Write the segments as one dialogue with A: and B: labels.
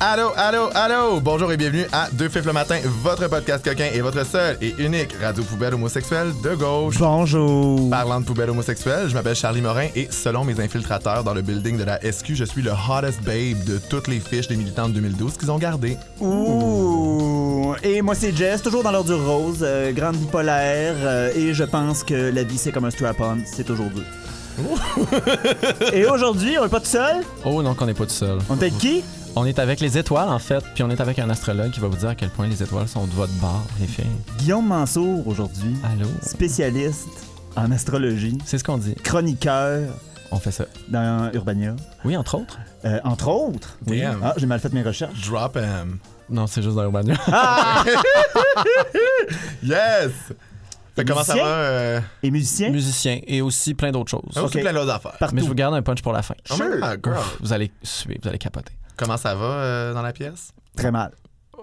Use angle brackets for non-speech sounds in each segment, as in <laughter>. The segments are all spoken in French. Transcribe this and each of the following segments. A: Allô, allô, allô! Bonjour et bienvenue à Deux Fifs le matin, votre podcast coquin et votre seul et unique radio poubelle homosexuelle de gauche.
B: Bonjour.
A: Parlant de poubelle homosexuelle, je m'appelle Charlie Morin et selon mes infiltrateurs dans le building de la SQ, je suis le hottest babe de toutes les fiches des militants de 2012 qu'ils ont gardées.
B: Ouh. Et moi, c'est Jess, toujours dans l'ordre du rose, euh, grande bipolaire, euh, et je pense que la vie, c'est comme un strap-on, c'est toujours <laughs> dur. et aujourd'hui, on est pas tout seul?
C: Oh non, qu'on n'est pas tout seul.
B: On est avec qui?
C: On est avec les étoiles, en fait, puis on est avec un astrologue qui va vous dire à quel point les étoiles sont de votre bord, les filles.
B: Guillaume Mansour, aujourd'hui.
C: Allô?
B: Spécialiste en astrologie,
C: C'est ce qu'on dit.
B: chroniqueur
C: On fait ça.
B: dans Urbania,
C: Oui, entre autres.
B: euh, entre autres.
A: Damn.
B: Ah, j'ai mal fait mes recherches.
A: Drop him.
C: Non, c'est juste dans Urbania.
A: Yes! Fait comment ça
B: Musicien?
A: va? Euh,
B: Et musicien?
C: Musicien et aussi plein d'autres choses.
A: on
B: Ok.
A: s'occupe plein d'autres affaires.
B: Partout.
C: Mais je vous garde un punch pour la fin.
A: Ah Oh my God, girl.
C: Ouf, vous allez suer, vous allez capoter.
A: Comment ça va euh, dans la pièce? <laughs>
B: Très mal.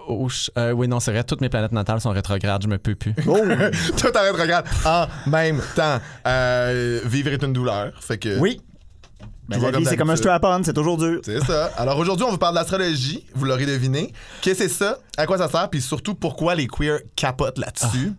C: Oh, ch- euh, oui, non, c'est vrai, toutes mes planètes natales sont rétrogrades, je me peux plus.
B: <laughs> Oh!
A: Tout arrête, regarde. En même temps, Euh, vivre est une douleur. Fait que.
B: oui!
A: Tu
B: Ben,
A: vois
B: la
A: comme
B: vie, c'est comme un
A: d'habitude.
B: strap-on, c'est toujours dur.
A: C'est ça. Alors aujourd'hui, on vous parle d'astrologie, vous l'aurez deviné. Qu'est-ce que c'est ça? À quoi ça sert? Puis surtout, pourquoi les queers capotent là-dessus?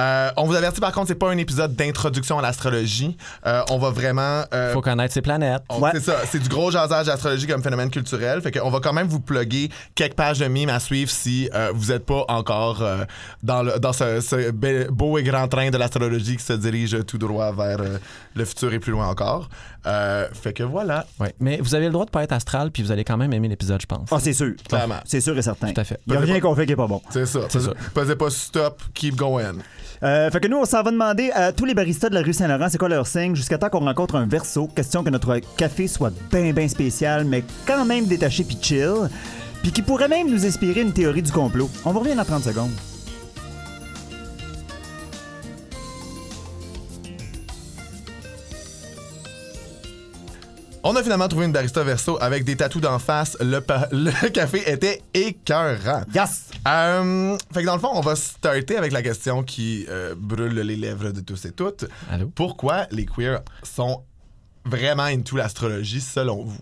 A: Euh, on vous avertit par contre, c'est pas un épisode d'introduction à l'astrologie. Euh, on va vraiment. euh,
C: Faut connaître ces planètes.
A: on-
B: Ouais.
A: C'est ça, c'est du gros jasage d'astrologie comme phénomène culturel. Fait qu'on va quand même vous plugger quelques pages de mimes à suivre si euh, vous n'êtes pas encore euh, dans, le, dans ce, ce bel- beau et grand train de l'astrologie qui se dirige tout droit vers euh, le futur et plus loin encore. Euh, fait que voilà.
C: Ouais. Mais vous avez le droit de pas être astral, puis vous allez quand même aimer l'épisode, je pense.
B: Ah, c'est sûr.
A: Clairement.
B: C'est sûr et certain.
C: Tout à fait.
B: Il n'y a
A: Pesez
B: rien
A: pas.
B: qu'on fait qui est pas bon.
A: C'est ça.
C: C'est ça.
A: Pesez pas stop, keep going.
B: Euh, fait que nous, on s'en va demander à tous les baristas de la rue Saint-Laurent c'est quoi leur signe jusqu'à temps qu'on rencontre un verso. Question que notre café soit bien, bien spécial, mais quand même détaché puis chill. Puis qui pourrait même nous inspirer une théorie du complot. On vous revient dans 30 secondes.
A: On a finalement trouvé une barista verso avec des tatous d'en face. Le, pa- <laughs> le café était écœurant.
B: Yes!
A: Euh, fait que dans le fond, on va starter avec la question qui euh, brûle les lèvres de tous et toutes.
C: Allô?
A: Pourquoi les queers sont vraiment into l'astrologie selon vous?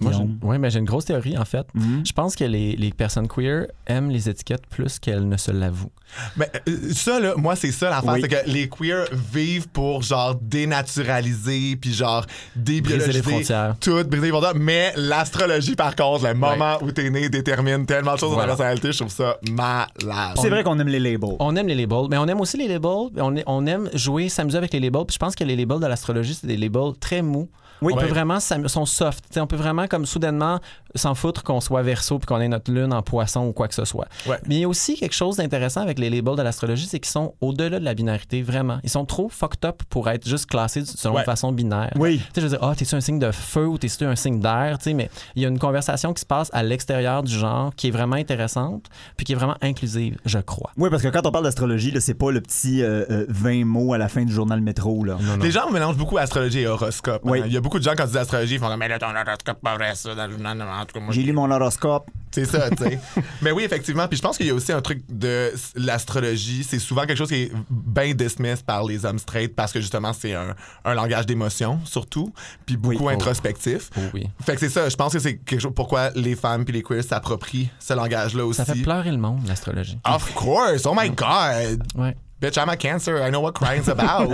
C: Moi, j'ai-
B: Guillaume.
C: ouais, mais j'ai une grosse théorie, en fait.
B: Mhm.
C: Je pense que les, les personnes queer aiment les étiquettes plus qu'elles ne se l'avouent.
A: Mais euh, ça, là, moi, c'est ça l'affaire.
B: Oui.
A: C'est que les queers vivent pour, genre, dénaturaliser, puis, genre, débiologiser.
C: Briser les frontières.
A: Tout, briser les frontières. Mais l'astrologie, par contre, le moment où t'es né détermine tellement de choses dans
C: Voilà.
A: la personnalité. Je trouve ça malade.
B: C'est vrai qu'on aime les labels.
C: On aime les labels, mais on aime aussi les labels. On, est- on aime jouer, s'amuser avec les labels. Puis je pense que les labels de l'astrologie, c'est des labels très mous.
B: Oui.
C: on
A: Ouais.
C: peut vraiment, s'am- sont soft. T'sais, on peut vraiment, comme soudainement, s'en foutre qu'on soit verso puis qu'on ait notre lune en poisson ou quoi que ce soit.
A: Ouais.
C: Mais il y a aussi quelque chose d'intéressant avec les labels de l'astrologie, c'est qu'ils sont au-delà de la binarité, vraiment. Ils sont trop fucked up pour être juste classés selon
A: Ouais.
C: une façon binaire.
B: Oui.
C: Tu sais, je veux dire, ah, t'es-tu un signe de feu ou t'es-tu un signe d'air, tu sais, mais il y a une conversation qui se passe à l'extérieur du genre qui est vraiment intéressante puis qui est vraiment inclusive, je crois.
B: Oui, parce que quand on parle d'astrologie, là, c'est pas le petit euh, euh, 20 mots à la fin du journal métro. Là.
A: Les gens mélangent beaucoup astrologie et horoscope.
B: Oui.
A: hein. Il y a beaucoup de gens, quand ils disent astrologie, ils font comme, mais là, ton horoscope, pas vrai, ça. dans le- non, non, en tout cas, moi,
B: J'ai lu mon horoscope.
A: C'est ça, tu
C: <laughs>
A: sais. Mais oui, effectivement. Puis je pense qu'il y a aussi un truc de s- l'astrologie. C'est souvent quelque chose qui est bien dismiss par les hommes straight parce que justement, c'est un, un langage d'émotion, surtout, puis beaucoup
C: Oui.
A: introspectif.
C: Oh oui.
A: Fait que c'est ça, je pense que c'est quelque chose pourquoi les femmes puis les queers s'approprient ce langage-là aussi.
C: Ça fait pleurer le monde, l'astrologie.
A: Of course! Oh my god!
C: Ouais.
A: Bitch, I'm a cancer. I know what crying's
C: <laughs>
A: about.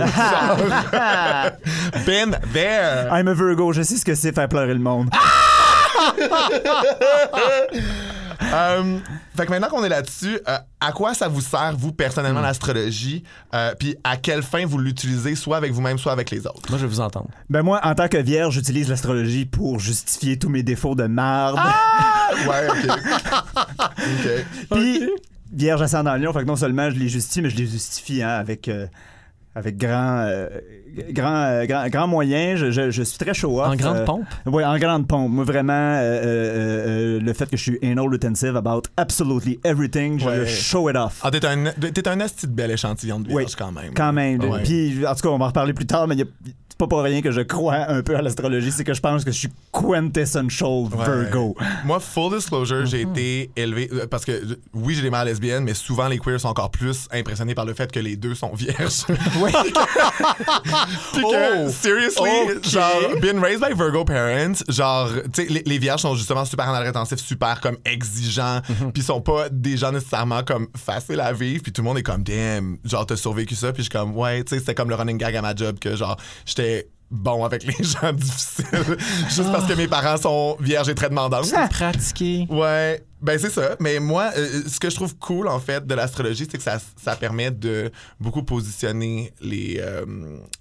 A: <laughs> Been there.
B: I'm a Virgo, je sais ce que c'est faire pleurer le monde.
A: Euh, fait que maintenant qu'on est là-dessus, euh, à quoi ça vous sert, vous, personnellement, l'astrologie? euh, Puis à quelle fin vous l'utilisez, soit avec vous-même, soit avec les autres?
C: Moi, je vais vous entendre.
B: Ben moi, en tant que vierge, j'utilise l'astrologie pour justifier tous mes défauts de marde.
C: Ah!
A: Ouais, OK. <laughs> OK.
B: <laughs> Puis, vierge ascendant en lion, fait que non seulement je les justifie, mais je les justifie hein, avec, euh, avec grand, euh, grand, euh, grand, grand moyen. Je, je- je suis très show-off.
C: En grande
B: euh,
C: pompe?
B: Oui, en grande pompe. Moi, vraiment, euh, euh, euh, le fait que je suis anal retentive about absolutely everything, je
A: Ouais.
B: le show it off.
A: Ah, t'es un, t'es un esti de bel échantillon de vierge,
B: Oui,
A: quand même.
B: Quand même.
A: Ah, Ouais.
B: Puis, en tout cas, on va en reparler plus tard, mais y a- c'est pas pour rien que je crois un peu à l'astrologie, c'est que je pense que je suis Quintessential
A: Ouais.
B: Virgo.
A: Moi, full disclosure, j'ai été élevé. euh, Parce que, euh, oui, j'ai des mères lesbiennes, mais souvent, les queers sont encore plus impressionnés par le fait que les deux sont vierges. <laughs>
B: Oui.
A: Puis que,
C: Oh!
A: seriously,
C: Ok.
A: genre, been raised by Virgo parents, genre, tu sais, les, les vierges sont justement super en rétentif, super comme exigeants, puis sont pas des gens nécessairement comme faciles à vivre, puis tout le monde est comme, damn, genre, t'as survécu ça, puis je suis comme, ouais, tu sais, c'était comme le running gag à ma job que, genre, j'étais bon avec les <laughs> gens difficiles, <laughs> juste parce que mes parents sont vierges et très demandants.
C: Ah, Pratiquer.
A: Ouais, ben c'est ça. Mais moi, euh, ce que je trouve cool en fait de l'astrologie, c'est que ça, ça permet de beaucoup positionner les, euh,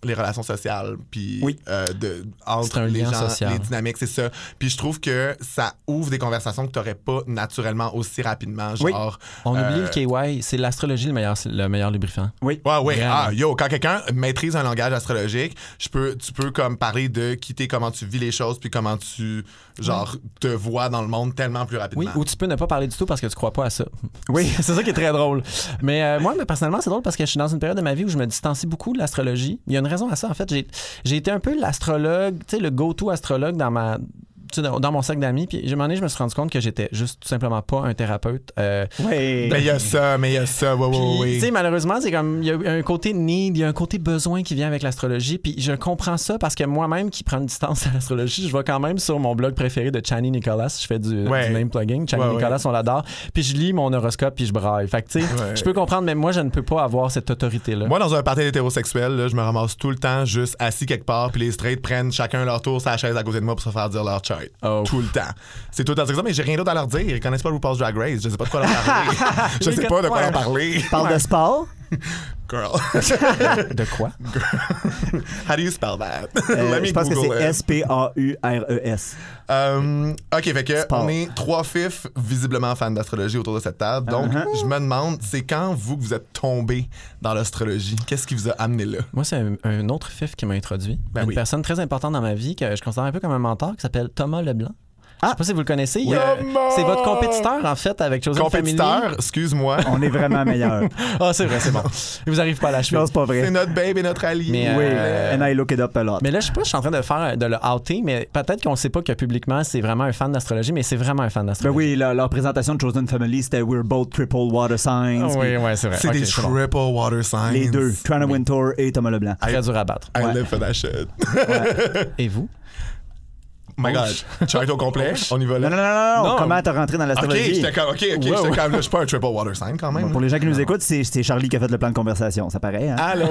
A: les relations sociales, puis
B: Oui.
A: euh, de,
C: C'est
A: entre
C: un
A: les
C: lien
A: gens,
C: social.
A: les dynamiques, c'est ça. Puis je trouve que ça ouvre des conversations que t'aurais pas naturellement aussi rapidement,
B: Oui.
A: genre.
C: On
A: euh,
C: oublie le KY, c'est l'astrologie le meilleur, le meilleur lubrifiant.
B: oui.
A: Ouais, ouais.
C: Vraiment.
A: Ah, yo, quand quelqu'un maîtrise un langage astrologique, je peux, tu peux comme parler de quitter comment tu vis les choses, puis comment tu, genre, te vois dans le monde tellement plus
C: Oui,
A: rapidement.
C: ou tu peux ne pas parler du tout parce que tu crois pas à ça.
B: Oui.
C: <laughs> c'est ça qui est très drôle. Mais euh, moi, mais personnellement, c'est drôle parce que je suis dans une période de ma vie où je me distancie beaucoup de l'astrologie. Il y a une raison à ça. En fait, j'ai- j'ai été un peu l'astrologue, tu sais, le go-to astrologue dans ma tu sais, dans dans mon sac d'amis, puis je m'en ai, je me suis rendu compte que j'étais juste tout simplement pas un thérapeute. Euh,
B: Oui.
A: Mais il y a ça, mais il y a ça, ouais, ouais,
C: puis,
A: ouais.
C: tu sais, malheureusement, c'est comme, il y a un côté need, il y a un côté besoin qui vient avec l'astrologie. Puis je comprends ça parce que moi-même qui prends une distance à l'astrologie, je vais quand même sur mon blog préféré de Chani Nicolas. Je fais du,
A: Ouais.
C: du name plugging. Chani
A: Ouais, ouais.
C: Nicolas, on l'adore. Puis je lis mon horoscope puis je braille. Fait que, tu sais,
A: Ouais.
C: je peux comprendre, mais moi, je ne peux pas avoir cette autorité-là.
A: Moi, dans un party hétérosexuel, là, je me ramasse tout le temps juste assis quelque part, puis les straights prennent chacun leur tour sa chaise à côté de moi pour se faire dire leur chart.
C: Oh.
A: Tout le temps. C'est tout le temps ça, mais j'ai rien d'autre à leur dire. Ils connaissent pas RuPaul's Drag Race. Je sais pas de quoi leur
B: <laughs>
A: parler. je sais pas de quoi leur parler.
B: Parle
A: <laughs>
B: de sport.
A: Girl.
C: De quoi?
A: <laughs> How do you spell that?
B: Euh,
A: Let me
B: je pense que
A: Google
B: c'est
A: it.
B: S-P-A-U-R-E-s.
A: Euh, OK, fait que
B: Sport.
A: on est trois fifs visiblement fans d'astrologie autour de cette table. Donc,
B: Uh-huh.
A: je me demande, c'est quand vous que vous êtes tombé dans l'astrologie? Qu'est-ce qui vous a amené là?
C: Moi, c'est un, un autre fif qui m'a introduit.
A: Ben
C: une
A: oui.
C: personne très importante dans ma vie que je considère un peu comme un mentor qui s'appelle Thomas Leblanc. Je sais pas si vous le connaissez. Il, euh,
A: Ah! Thomas!
C: c'est votre compétiteur, en fait, avec Joseph Family.
A: Compétiteur, excuse-moi.
B: On est vraiment meilleurs. <laughs>
C: Ah, c'est
A: <laughs>
C: vrai, c'est bon. Il vous arrive pas à la
B: Non,
C: cheville.
B: c'est pas
A: C'est
B: vrai.
A: notre babe et notre allié.
C: Mais,
B: Oui,
C: euh,
B: and I look it up a lot.
C: Mais là, je sais pas, je suis en train de faire de le outer, mais peut-être qu'on sait pas que publiquement, c'est vraiment un fan d'astrologie, mais c'est vraiment un fan
B: Ben
C: d'astrologie.
B: oui, leur, leur présentation de Chosen Family, c'était We're both triple water
A: Ah
B: signs. puis
C: oui, c'est vrai.
A: C'est
C: euh, Ok,
A: des
C: c'est bon.
A: triple water signs.
B: Les deux, Trana
C: Oui.
B: Wintour et Thomas Leblanc.
A: Ah.
C: Très dur à battre.
A: I
B: Ouais.
A: live for that
C: <laughs>
A: shit.
C: Et vous?
A: My God. Chart au complet. On y va
B: Non, non,
A: là.
B: non, non, non.
C: Non.
B: comment t'as rentré dans
A: Ok,
B: l'astrologie?
A: j'étais comme, ok, ok, j'étais
C: Wow.
A: comme, là, je suis pas un triple water sign quand même.
B: Pour les gens qui nous écoutent, c'est c'est Charlie qui a fait le plan de conversation, ça paraît. Hein?
A: Allô?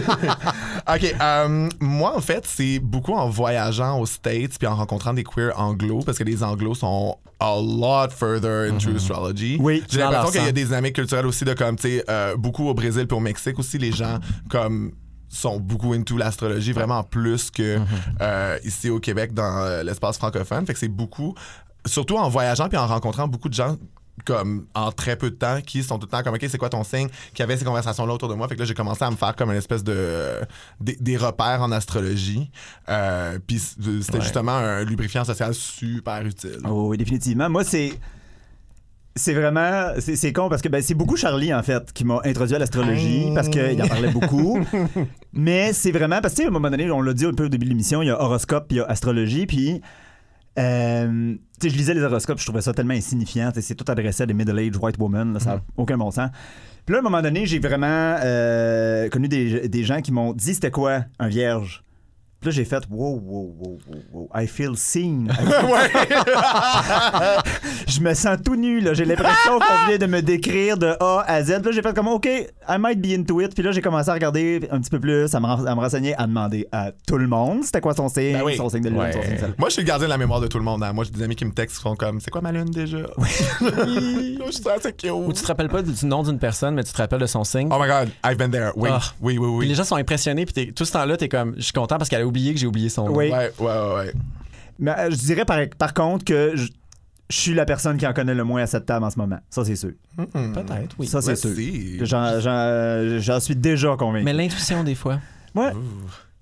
A: <laughs> ok, euh, moi, en fait, c'est beaucoup en voyageant aux States puis en rencontrant des queers anglo, parce que les anglos sont a lot further
C: Mm-hmm.
A: into astrology.
B: Oui,
A: J'ai
C: dans leur
A: l'impression qu'il y a
C: sang.
A: des dynamiques culturelles aussi de comme, tu sais, euh, beaucoup au Brésil puis au Mexique aussi, les gens comme sont beaucoup into l'astrologie, vraiment plus que euh, ici au Québec dans euh, l'espace francophone. Fait que c'est beaucoup, surtout en voyageant puis en rencontrant beaucoup de gens comme en très peu de temps qui sont tout le temps comme OK, c'est quoi ton signe qui avait ces conversations là autour de moi fait que là j'ai commencé à me faire comme une espèce de euh, des, des repères en astrologie Euh, puis c- c'était
C: Ouais.
A: justement un lubrifiant social super utile.
B: Oh, oui, définitivement. Moi, c'est. C'est vraiment. C'est c'est con parce que ben, c'est beaucoup Charlie, en fait, qui m'a introduit à l'astrologie
A: Hey.
B: parce qu'il en parlait beaucoup. Mais c'est vraiment. Parce que, tu sais, à un moment donné, on l'a dit un peu au début de l'émission, il y a horoscope, puis il y a astrologie, puis. euh, tu sais, je lisais les horoscopes, je trouvais ça tellement insignifiant. Tu sais, C'est tout adressé à des middle-aged white women, là, ça n'a aucun bon sens. Puis là, à un moment donné, j'ai vraiment euh, connu des, des gens qui m'ont dit c'était quoi un vierge. Puis là, j'ai fait wow, wow, wow, wow, wow, I feel seen. I feel
A: <laughs> ouais.
B: je me sens tout nu, là. J'ai l'impression qu'on vient de me décrire de A à Z. Puis là, j'ai fait comme, OK, I might be into it. Puis là, j'ai commencé à regarder un petit peu plus, à me, ren- à me renseigner, à demander à tout le monde c'était quoi son signe,
A: Ben oui.
B: son signe de lune,
C: Ouais.
B: son signe de soleil.
A: Moi je suis le gardien de la mémoire de tout le monde. hein. Moi j'ai des amis qui me textent qui sont comme c'est quoi ma lune déjà <laughs> Je suis assez cute.
C: Ou tu te rappelles pas du nom d'une personne, mais tu te rappelles de son signe.
A: Oh my god, I've been there. Oui.
C: Ah.
A: Oui oui
C: Puis
A: oui.
C: les gens sont impressionnés, puis t'es- tout ce temps-là, t'es comme, je suis content parce qu'elle a oublié que j'ai oublié son nom.
B: Oui.
A: Ouais, ouais, ouais, ouais.
B: Mais euh, je dirais par, par contre que je, je suis la personne qui en connaît le moins à cette table en ce moment. Ça, c'est sûr.
C: Peut-être, oui.
B: Ça, c'est
A: Let's
B: sûr.
A: see.
B: J'en- J'en euh, j'en suis déjà convaincu.
C: Mais l'intuition, des fois.
B: Ouais.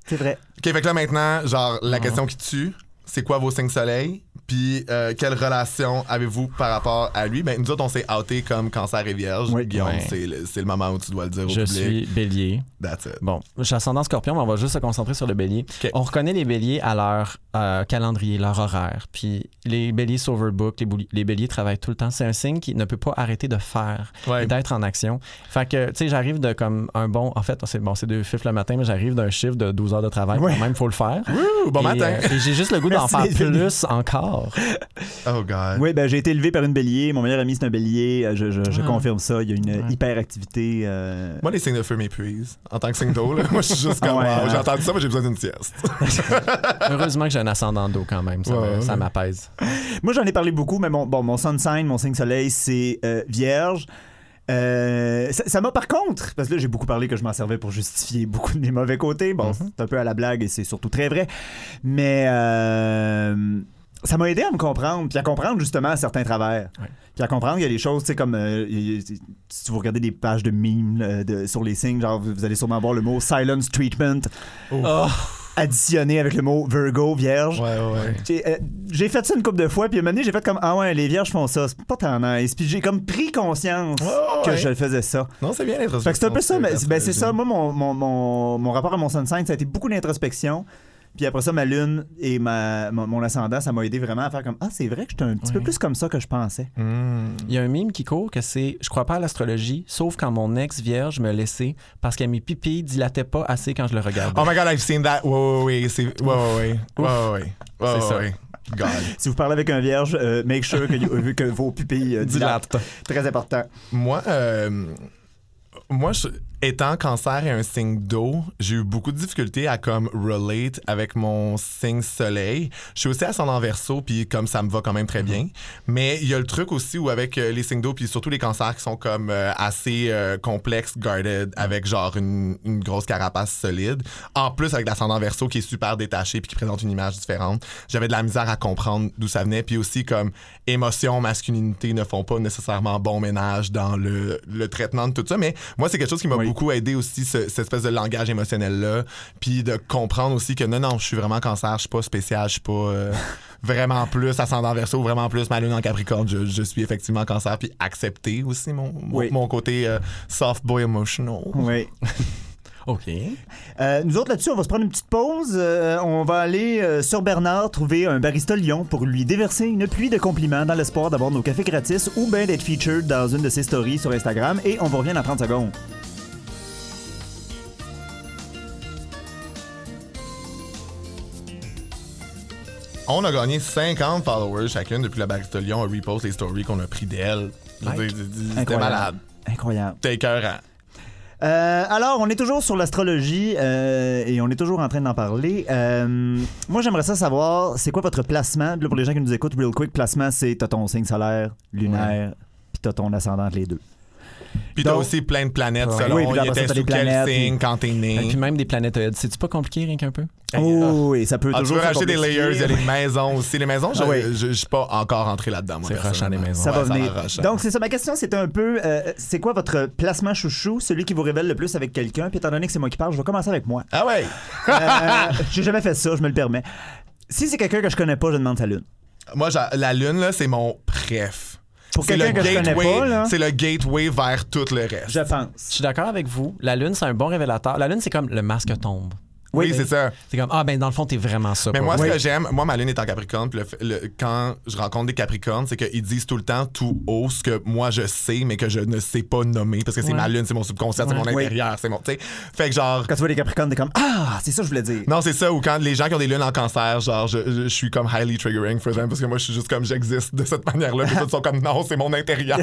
B: C'est vrai. Ah.
A: OK, fait que là maintenant, genre la question qui tue, c'est quoi vos signes soleil, puis euh, quelle relation avez-vous par rapport à lui. Ben, nous autres, on s'est outés comme cancer et vierge.
B: Oui.
A: Guillaume,
C: Ouais.
A: c'est le, c'est le moment où tu dois le dire au
C: Je
A: public.
C: suis bélier.
A: That's it.
C: Bon, je suis ascendant scorpion, mais on va juste se concentrer sur le bélier.
A: OK.
C: On reconnaît les béliers à leur euh, calendrier, leur horaire. Puis les béliers s'overbook, les, bouli- les béliers travaillent tout le temps. C'est un signe qui ne peut pas arrêter de faire,
A: Ouais.
C: et d'être en action. Fait que, tu sais, j'arrive de comme un bon. En fait, c'est bon, c'est deux chiffres le matin, mais j'arrive d'un chiffre de 12 heures de travail.
B: Ouais.
C: Quand même, faut le faire.
A: Ouh, bon
C: et,
A: matin.
C: euh, et j'ai juste le goût d'en
B: Merci,
C: faire
B: les béliers.
C: plus encore.
A: Oh, God.
B: Oui, ben, j'ai été élevé par une bélier. Mon meilleur ami, c'est un bélier. Euh, Je, je, je
C: Ah.
B: confirme ça. Il y a une
C: Ouais.
B: hyperactivité. euh,
A: Moi, les signes de feu m'épuisent. En tant que signe d'eau, là, moi, je suis juste comme,
B: Ah ouais,
A: wow,
B: hein.
A: j'ai entendu ça, mais j'ai besoin d'une sieste.
C: Heureusement que j'ai un ascendant d'eau quand même. Ça me-
A: Ouais.
C: ça m'apaise.
B: Moi, j'en ai parlé beaucoup, mais mon, bon, mon sun sign, mon signe soleil, c'est euh, Vierge. Euh, ça ça m'a par contre, parce que là j'ai beaucoup parlé que je m'en servais pour justifier <laughs> beaucoup de mes mauvais côtés. Bon, c'est un peu à la blague et c'est surtout très vrai. Mais euh, ça m'a aidé à me comprendre, puis à comprendre justement certains travers.
C: Ouais.
B: Puis à comprendre qu'il y a des choses, tu sais, comme euh, il y a- si vous regardez des pages de mimes là, de- sur les signes, genre vous vous allez sûrement voir le mot silence treatment
C: Oh.
B: additionné avec le mot Virgo, vierge.
A: Ouais, ouais.
B: J'ai euh, j'ai fait ça une couple de fois, puis à un moment donné, j'ai fait comme Ah ouais, les vierges font ça, c'est pas tant nice. Puis j'ai comme pris conscience
A: Ouais,
B: que
A: ouais.
B: je le faisais ça.
A: Non, c'est bien l'introduction.
B: Fait que c'est un peu ça, mais
A: la
B: ben, c'est
A: stratégie.
B: ça. Moi, mon, mon, mon, mon rapport à mon sun sign, ça a été beaucoup d'introspection. Puis après ça, ma lune et ma, mon, mon ascendant, ça m'a aidé vraiment à faire comme Ah, c'est vrai que j'étais un petit peu
C: Ouais.
B: plus comme ça que je pensais.
A: Mm.
C: Il y a un mime qui court que c'est Je crois pas à l'astrologie, sauf quand mon ex vierge me laissait parce qu'elle mes pipis dilataient pas assez quand je le regardais.
A: Oh my god, I've seen that. Ouais, ouais, ouais. C'est. Ouais, ouais, ouais. Ouais, ouais, ouais. Ouais,
C: C'est ça.
A: ouais. God.
B: Si vous parlez avec un vierge, euh, make sure que, <laughs> euh, que vos pupilles euh, dilatent.
C: Dilate.
B: Très important.
A: Moi, euh, moi je- étant cancer et un signe d'eau, j'ai eu beaucoup de difficultés à comme relate avec mon signe soleil. Je suis aussi ascendant verso, puis comme ça me va quand même très bien. Mais il y a le truc aussi où avec euh, les signes d'eau, puis surtout les cancers qui sont comme euh, assez euh, complexes, guarded, avec genre une, une grosse carapace solide. En plus avec l'ascendant verso qui est super détaché puis qui présente une image différente. J'avais de la misère à comprendre d'où ça venait. Puis aussi comme émotion, masculinité ne font pas nécessairement bon ménage dans le, le traitement de tout ça. Mais moi, c'est quelque chose qui m'a
B: Oui.
A: beaucoup aidé aussi, ce- cette espèce de langage émotionnel-là. Puis de comprendre aussi que non, non, je suis vraiment cancer, je suis pas spécial, je suis pas
B: <laughs>
A: euh, vraiment plus ascendant verso, vraiment plus ma lune en capricorne. Je, je suis effectivement cancer. Puis accepter aussi mon, mon,
B: Oui.
A: mon côté euh, soft boy emotional.
B: Oui.
C: OK.
B: Euh, nous autres, là-dessus, on va se prendre une petite pause. Euh, on va aller euh, sur Bernard trouver un barista Lyon pour lui déverser une pluie de compliments dans l'espoir d'avoir nos cafés gratis ou bien d'être featured dans une de ses stories sur Instagram. Et on vous revient dans 30 secondes.
A: On a gagné 50 followers chacune depuis la Barista Lyon. On repost les stories qu'on a pris d'elle. Je veux
C: Like.
A: dire, C'était
B: Incroyable.
A: malade.
B: Incroyable.
A: T'es écœurant.
B: Euh, alors, on est toujours sur l'astrologie euh, et on est toujours en train d'en parler. Euh, moi, j'aimerais ça savoir, c'est quoi votre placement? Là, pour les gens qui nous écoutent, real quick, placement, c'est t'as ton signe solaire, lunaire, puis t'as ton ascendant entre les deux.
A: Puis t'as
B: Donc-
A: aussi plein de planètes
C: Ouais.
A: selon
B: Oui, puis
A: il
B: après ça,
A: était
B: t'as des
A: sous quel
B: planètes,
A: signe
B: puis-
A: quand t'es
C: Et
A: né.
C: puis même des planétoïdes. C'est-tu pas compliqué rien qu'un peu?
B: Oh, et ça peut
A: Ah, tu
B: toujours
A: veux
B: se
A: rajouter des
B: complexifier.
A: layers, il y a les maisons aussi. Les maisons, je
B: Ah oui.
A: je- je suis pas encore entré là-dedans, moi.
C: C'est rushant, les
A: personnellement.
C: maisons.
B: Ça va
A: Ouais, ça hein.
B: venir.
A: va rusher.
B: Donc, c'est ça. Ma question, c'est un peu euh, c'est quoi votre placement chouchou, celui qui vous révèle le plus avec quelqu'un? Puis étant donné que c'est moi qui parle, je vais commencer avec moi.
A: Ah ouais! <laughs>
B: Euh, J'ai jamais fait ça, je me le permets. Si c'est quelqu'un que je connais pas, je demande sa lune.
A: Moi, j'a- la lune, là, c'est mon préf.
B: Pour
A: C'est
B: quelqu'un
A: le
B: que je connais pas,
A: gateway-
B: là,
A: C'est le gateway vers tout le reste.
B: je pense.
C: Je suis d'accord avec vous. La lune, c'est un bon révélateur. La lune, c'est comme le masque tombe.
A: Oui, c'est ça.
C: C'est comme Ah, ben dans le fond, t'es vraiment ça.
A: Mais
C: pour
A: moi, ce
C: vrai.
A: que j'aime, moi, ma lune est en Capricorne. puis le fait- le- quand je rencontre des Capricornes, c'est qu'ils disent tout le temps tout haut ce que moi je sais, mais que je ne sais pas nommer parce que c'est
C: Ouais.
A: ma lune, c'est mon subconscient, c'est mon
B: Oui.
A: intérieur, c'est mon. tu sais. Fait que genre.
B: Quand tu vois les Capricornes, t'es comme Ah, c'est ça que je voulais dire.
A: Non, c'est ça, ou quand les gens qui ont des lunes en cancer, genre, je, je- je suis comme highly triggering for them parce que moi, je suis juste comme j'existe de cette manière-là. Puis ils sont comme non, c'est mon <laughs> intérieur.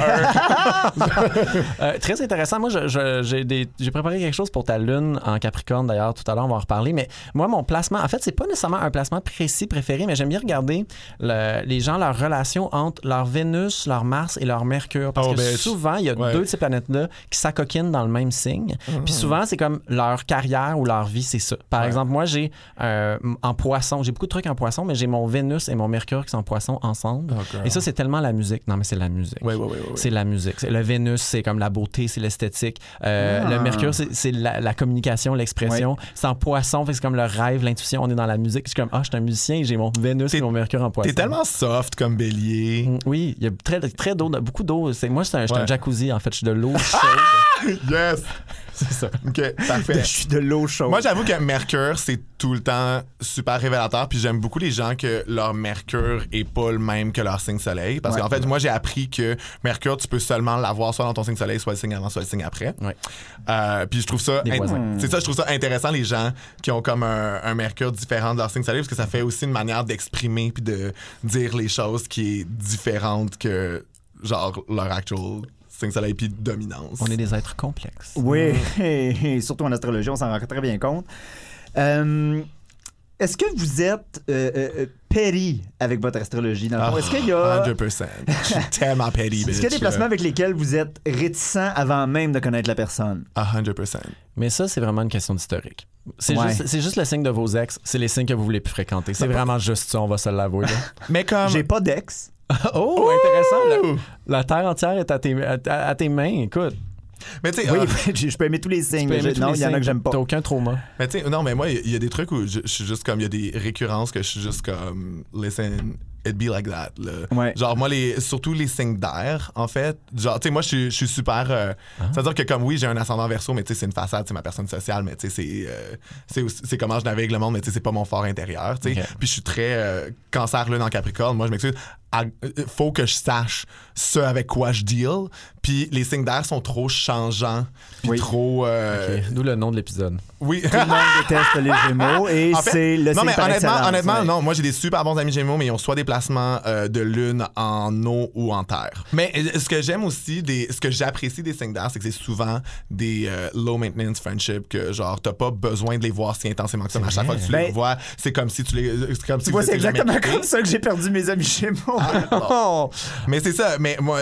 C: Euh, très intéressant. Moi, je- je- j'ai des- j'ai préparé quelque chose pour ta lune en Capricorne, d'ailleurs, tout à l'heure, on va en reparler. Mais moi, mon placement, en fait, c'est pas nécessairement un placement précis préféré, mais j'aime bien regarder le- les gens, leur relation entre leur Vénus, leur Mars et leur Mercure. Parce
A: Oh,
C: que
A: ben,
C: souvent, il y a
A: ouais. Mmh.
C: deux de ces planètes-là qui s'acoquinent dans le même signe. Puis souvent, c'est comme leur carrière ou leur vie, c'est ça. Par exemple, moi, j'ai euh, en poisson, j'ai beaucoup de trucs en poisson, mais j'ai mon Vénus et mon Mercure qui sont en poisson ensemble. Et ça, c'est tellement la musique. Non, mais c'est la musique.
A: Oh, Ouais, ouais, ouais, ouais, ouais.
C: C'est la musique. C'est- Le Vénus, c'est comme la beauté, c'est l'esthétique. Euh,
B: Ah.
C: Le Mercure, c'est c'est la, la communication, l'expression. C'est en façon. Fait que c'est comme le rêve, l'intuition, on est dans la musique. Je suis comme, ah, je suis un musicien, j'ai mon Vénus
A: T'es-
C: et mon Mercure en poisson.
A: T'es tellement soft comme bélier.
C: Mm, Oui, il y a très, très d'eau, beaucoup d'eau. C'est, moi, je suis un, je suis un
A: Ouais. Ah!
C: jacuzzi, en fait. Je suis de l'eau chaude.
A: <laughs> Yes!
C: c'est ça.
A: OK,
B: Je
A: parfait.
B: suis de l'eau
C: Oh.
B: chaude.
A: Moi, j'avoue que Mercure, c'est tout le temps super révélateur. Puis j'aime beaucoup les gens que leur Mercure est pas le même que leur signe soleil. Parce
B: Ouais.
A: qu'en fait, moi, j'ai appris que Mercure, tu peux seulement l'avoir soit dans ton signe soleil, soit le signe avant, soit le signe après.
C: Ouais.
A: Euh, puis je trouve ça.
C: Des
A: int-
C: voisins.
A: C'est ça, je trouve ça intéressant, les gens qui ont comme un, un Mercure différent de leur signe soleil, parce que ça fait aussi une manière d'exprimer puis de dire les choses qui est différente que, genre, leur actual signe soleil puis dominance.
C: On est des êtres complexes.
B: Oui,
A: Mm.
B: <laughs> et surtout en astrologie, on s'en rend très bien compte. Euh, Est-ce que vous êtes euh, euh, euh, péri avec votre astrologie? Dans le
A: Ah,
B: fond? Est-ce qu'il y a...
A: 100%. Je suis tellement petty,
B: <laughs> Est-ce
A: bitch.
B: qu'il y a des placements avec lesquels vous êtes réticent avant même de connaître la personne?
A: Ah, 100%.
C: Mais ça, c'est vraiment une question d'historique. C'est,
B: Ouais.
C: juste, c'est juste le signe de vos ex, c'est les signes que vous voulez plus fréquenter.
A: Ah,
C: C'est vraiment juste ça, on va se
A: <laughs>
C: l'avouer. là.
A: Mais comme.
B: J'ai pas d'ex. <laughs>
C: oh, intéressant. le- la terre entière est à tes, à, à tes mains, écoute.
A: Mais tu sais,
B: Oui,
A: euh,
B: je je peux aimer tous les signes.
C: Tu peux
B: mais
C: aimer
B: je-
C: tous
B: Non,
C: les
B: il y en a
C: signes,
B: que j'aime pas.
C: T'as aucun trauma.
A: mais tu sais, non, mais moi, il y, y a des trucs où je je suis juste comme. Il y a des récurrences que je suis juste comme. Listen. It be like that. là.
B: Ouais.
A: Genre, moi, les, surtout les signes d'air, en fait. Genre, tu sais, moi, je suis- je suis super. euh, C'est-à-dire que, comme oui, j'ai un ascendant verso, mais tu sais, c'est une façade, c'est ma personne sociale, mais tu sais, c'est, euh, c'est aussi- c'est comment je navigue le monde, mais tu sais, c'est pas mon fort intérieur, tu sais.
C: Ok.
A: Puis je suis très euh, cancer, lune en capricorne. Moi, je m'excuse. à- euh, Faut que je sache ce avec quoi je deal. Puis les signes d'air sont trop changeants, puis
B: Oui.
A: trop. euh,
C: D'où le nom de l'épisode.
A: Oui.
B: Tout
A: <laughs>
B: le monde déteste les Gémeaux et
A: En fait,
B: c'est le
A: non,
B: signe
A: mais
B: par
A: honnêtement,
B: excellence,
A: honnêtement
B: ouais.
A: non. Moi, j'ai des super bons amis gémeaux, mais ils ont soit des placements euh, de lune en eau ou en terre. Mais euh, ce que j'aime aussi, des, ce que j'apprécie des signes d'air, c'est que c'est souvent des euh, low maintenance friendships que, genre, t'as pas besoin de les voir si intensément que ça. mais À chaque fois
C: vrai.
A: que tu
B: Ben-
A: les vois, c'est comme si tu les. C'est comme si
B: Tu vois,
A: vous
B: c'est
A: étiez jamais
B: exactement
A: quittés.
B: comme ça que j'ai perdu mes amis Gémeaux. <laughs>
A: bon. Mais c'est ça, mais moi,